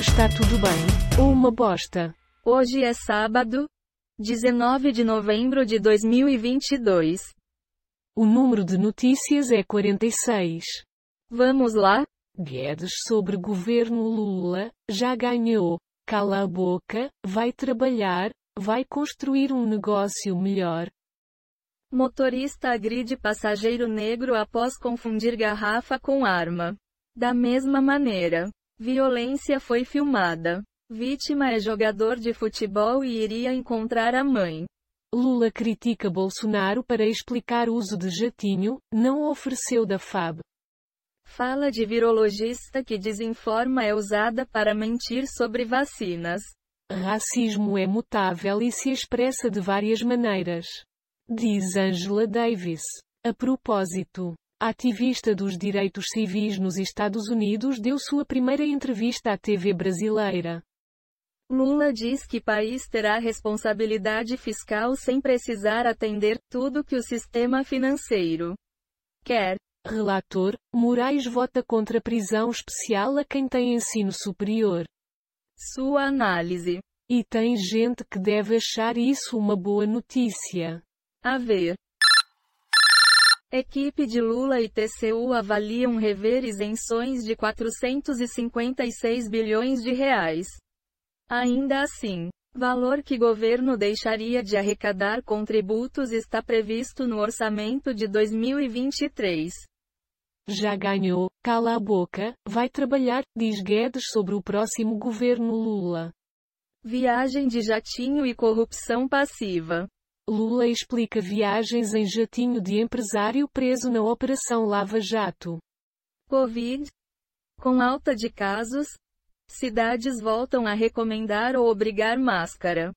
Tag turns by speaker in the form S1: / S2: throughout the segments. S1: Está tudo bem, ou uma bosta.
S2: Hoje é sábado, 19 de novembro de 2022.
S1: O número de notícias é 46.
S2: Vamos lá?
S1: Guedes sobre governo Lula, já ganhou. Cala a boca, vai trabalhar, vai construir um negócio melhor.
S2: Motorista agride passageiro negro após confundir garrafa com arma. Da mesma maneira, violência foi filmada. Vítima é jogador de futebol e iria encontrar a mãe.
S1: Lula critica Bolsonaro para explicar uso de jatinho, não ofereceu da FAB.
S2: Fala de virologista que desinforma é usada para mentir sobre vacinas.
S1: Racismo é mutável e se expressa de várias maneiras. Diz Angela Davis. A propósito, a ativista dos direitos civis nos Estados Unidos deu sua primeira entrevista à TV brasileira.
S2: Lula diz que país terá responsabilidade fiscal sem precisar atender tudo que o sistema financeiro quer.
S1: Relator, Moraes vota contra prisão especial a quem tem ensino superior.
S2: Sua análise.
S1: E tem gente que deve achar isso uma boa notícia.
S2: A ver. Equipe de Lula e TCU avaliam rever isenções de 456 bilhões de reais. Ainda assim, valor que governo deixaria de arrecadar com tributos está previsto no orçamento de 2023.
S1: Já ganhou, cala a boca, vai trabalhar, diz Guedes sobre o próximo governo Lula.
S2: Viagem de jatinho e corrupção passiva.
S1: Lula explica viagens em jatinho de empresário preso na Operação Lava Jato.
S2: Covid. Com alta de casos, cidades voltam a recomendar ou obrigar máscara.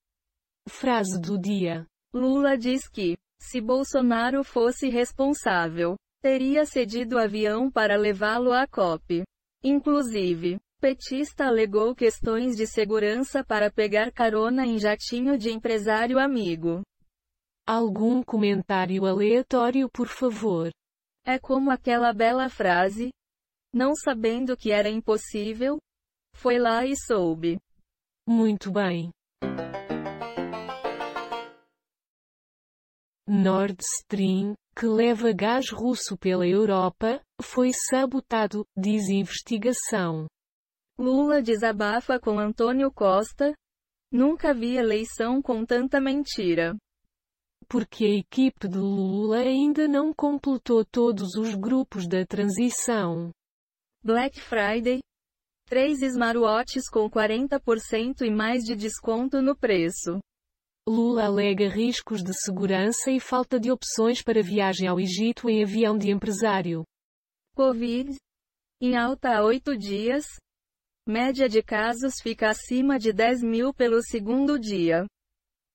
S1: Frase do dia.
S2: Lula diz que, se Bolsonaro fosse responsável, teria cedido avião para levá-lo à COP. Inclusive, petista alegou questões de segurança para pegar carona em jatinho de empresário amigo.
S1: Algum comentário aleatório, por favor.
S2: É como aquela bela frase: Não sabendo que era impossível, foi lá e soube.
S1: Muito bem. Nord Stream, que leva gás russo pela Europa, foi sabotado, diz investigação.
S2: Lula desabafa com Antônio Costa. Nunca vi eleição com tanta mentira.
S1: Porque a equipe de Lula ainda não completou todos os grupos da transição.
S2: Black Friday, 3 smartwatches com 40% e mais de desconto no preço.
S1: Lula alega riscos de segurança e falta de opções para viagem ao Egito em avião de empresário.
S2: Covid. Em alta há oito dias. Média de casos fica acima de 10 mil pelo segundo dia.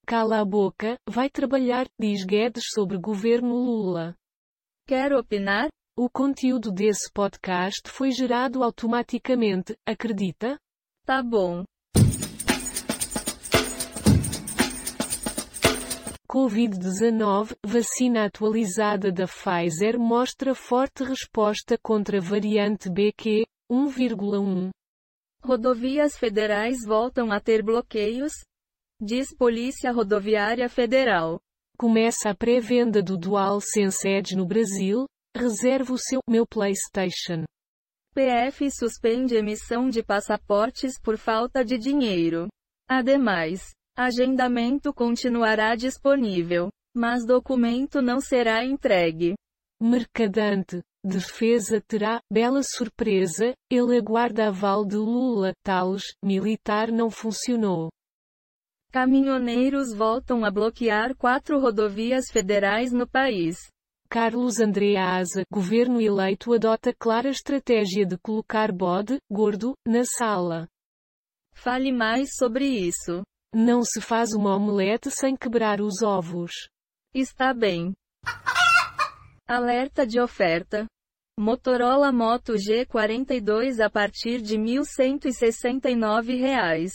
S1: Cala a boca, vai trabalhar, diz Guedes sobre governo Lula.
S2: Quer opinar?
S1: O conteúdo desse podcast foi gerado automaticamente, acredita?
S2: Tá bom.
S1: Covid-19, vacina atualizada da Pfizer mostra forte resposta contra a variante um BQ 1,1.
S2: Rodovias federais voltam a ter bloqueios? Diz Polícia Rodoviária Federal.
S1: Começa a pré-venda do DualSense Edge no Brasil, Reservo o seu meu PlayStation.
S2: PF suspende emissão de passaportes por falta de dinheiro. Ademais, agendamento continuará disponível, mas documento não será entregue.
S1: Mercadante, defesa terá bela surpresa, ele aguarda aval de Lula, Tales, militar não funcionou.
S2: Caminhoneiros voltam a bloquear quatro rodovias federais no país.
S1: Carlos André Asa, governo eleito adota clara estratégia de colocar bode, gordo, na sala.
S2: Fale mais sobre isso.
S1: Não se faz uma omelete sem quebrar os ovos.
S2: Está bem. Alerta de oferta. Motorola Moto G42 a partir de R$ 1.169. Reais.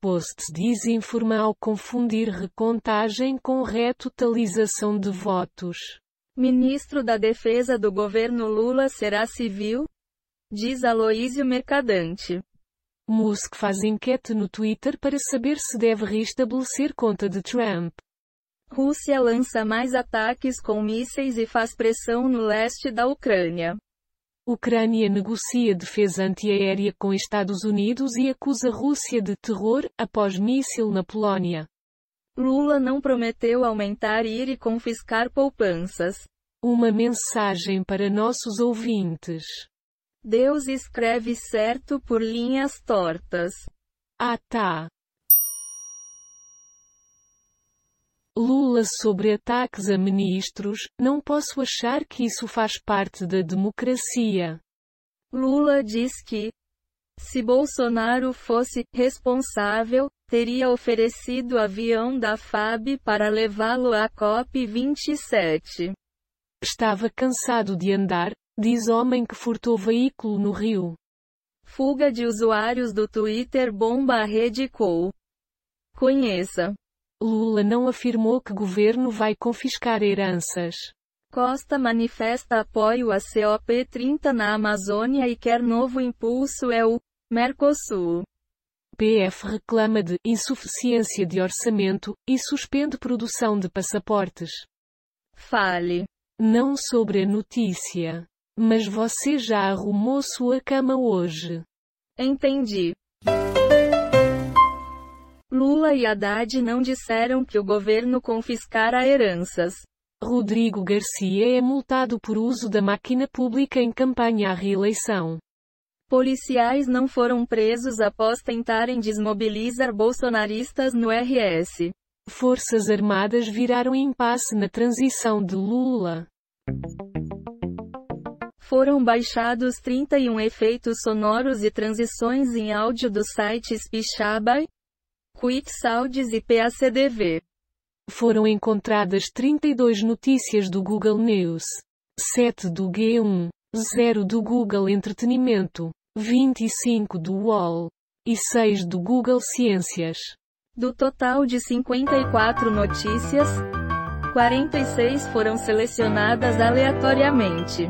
S1: Post desinforma ao confundir recontagem com retotalização de votos.
S2: Ministro da Defesa do governo Lula será civil? Diz Aloísio Mercadante.
S1: Musk faz enquete no Twitter para saber se deve restabelecer conta de Trump.
S2: Rússia lança mais ataques com mísseis e faz pressão no leste da Ucrânia.
S1: Ucrânia negocia defesa antiaérea com Estados Unidos e acusa Rússia de terror, após míssil na Polónia.
S2: Lula não prometeu aumentar IR e confiscar poupanças.
S1: Uma mensagem para nossos ouvintes.
S2: Deus escreve certo por linhas tortas.
S1: Ah tá. Lula sobre ataques a ministros, não posso achar que isso faz parte da democracia.
S2: Lula diz que, se Bolsonaro fosse responsável, teria oferecido avião da FAB para levá-lo à COP27.
S1: Estava cansado de andar, diz homem que furtou veículo no Rio.
S2: Fuga de usuários do Twitter bomba a rede Cou. Conheça.
S1: Lula não afirmou que governo vai confiscar heranças.
S2: Costa manifesta apoio à COP30 na Amazônia e quer novo impulso é o Mercosul.
S1: PF reclama de insuficiência de orçamento e suspende produção de passaportes.
S2: Fale.
S1: Não sobre a notícia. Mas você já arrumou sua cama hoje.
S2: Entendi. Lula e Haddad não disseram que o governo confiscara heranças.
S1: Rodrigo Garcia é multado por uso da máquina pública em campanha à reeleição.
S2: Policiais não foram presos após tentarem desmobilizar bolsonaristas no RS.
S1: Forças Armadas viraram impasse na transição de Lula.
S2: Foram baixados 31 efeitos sonoros e transições em áudio dos sites Pixabay, QuickSounds e PACDV.
S1: Foram encontradas 32 notícias do Google News, 7 do G1, 0 do Google Entretenimento, 25 do UOL e 6 do Google Ciências.
S2: Do total de 54 notícias, 46 foram selecionadas aleatoriamente.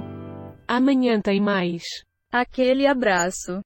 S1: Amanhã tem mais.
S2: Aquele abraço.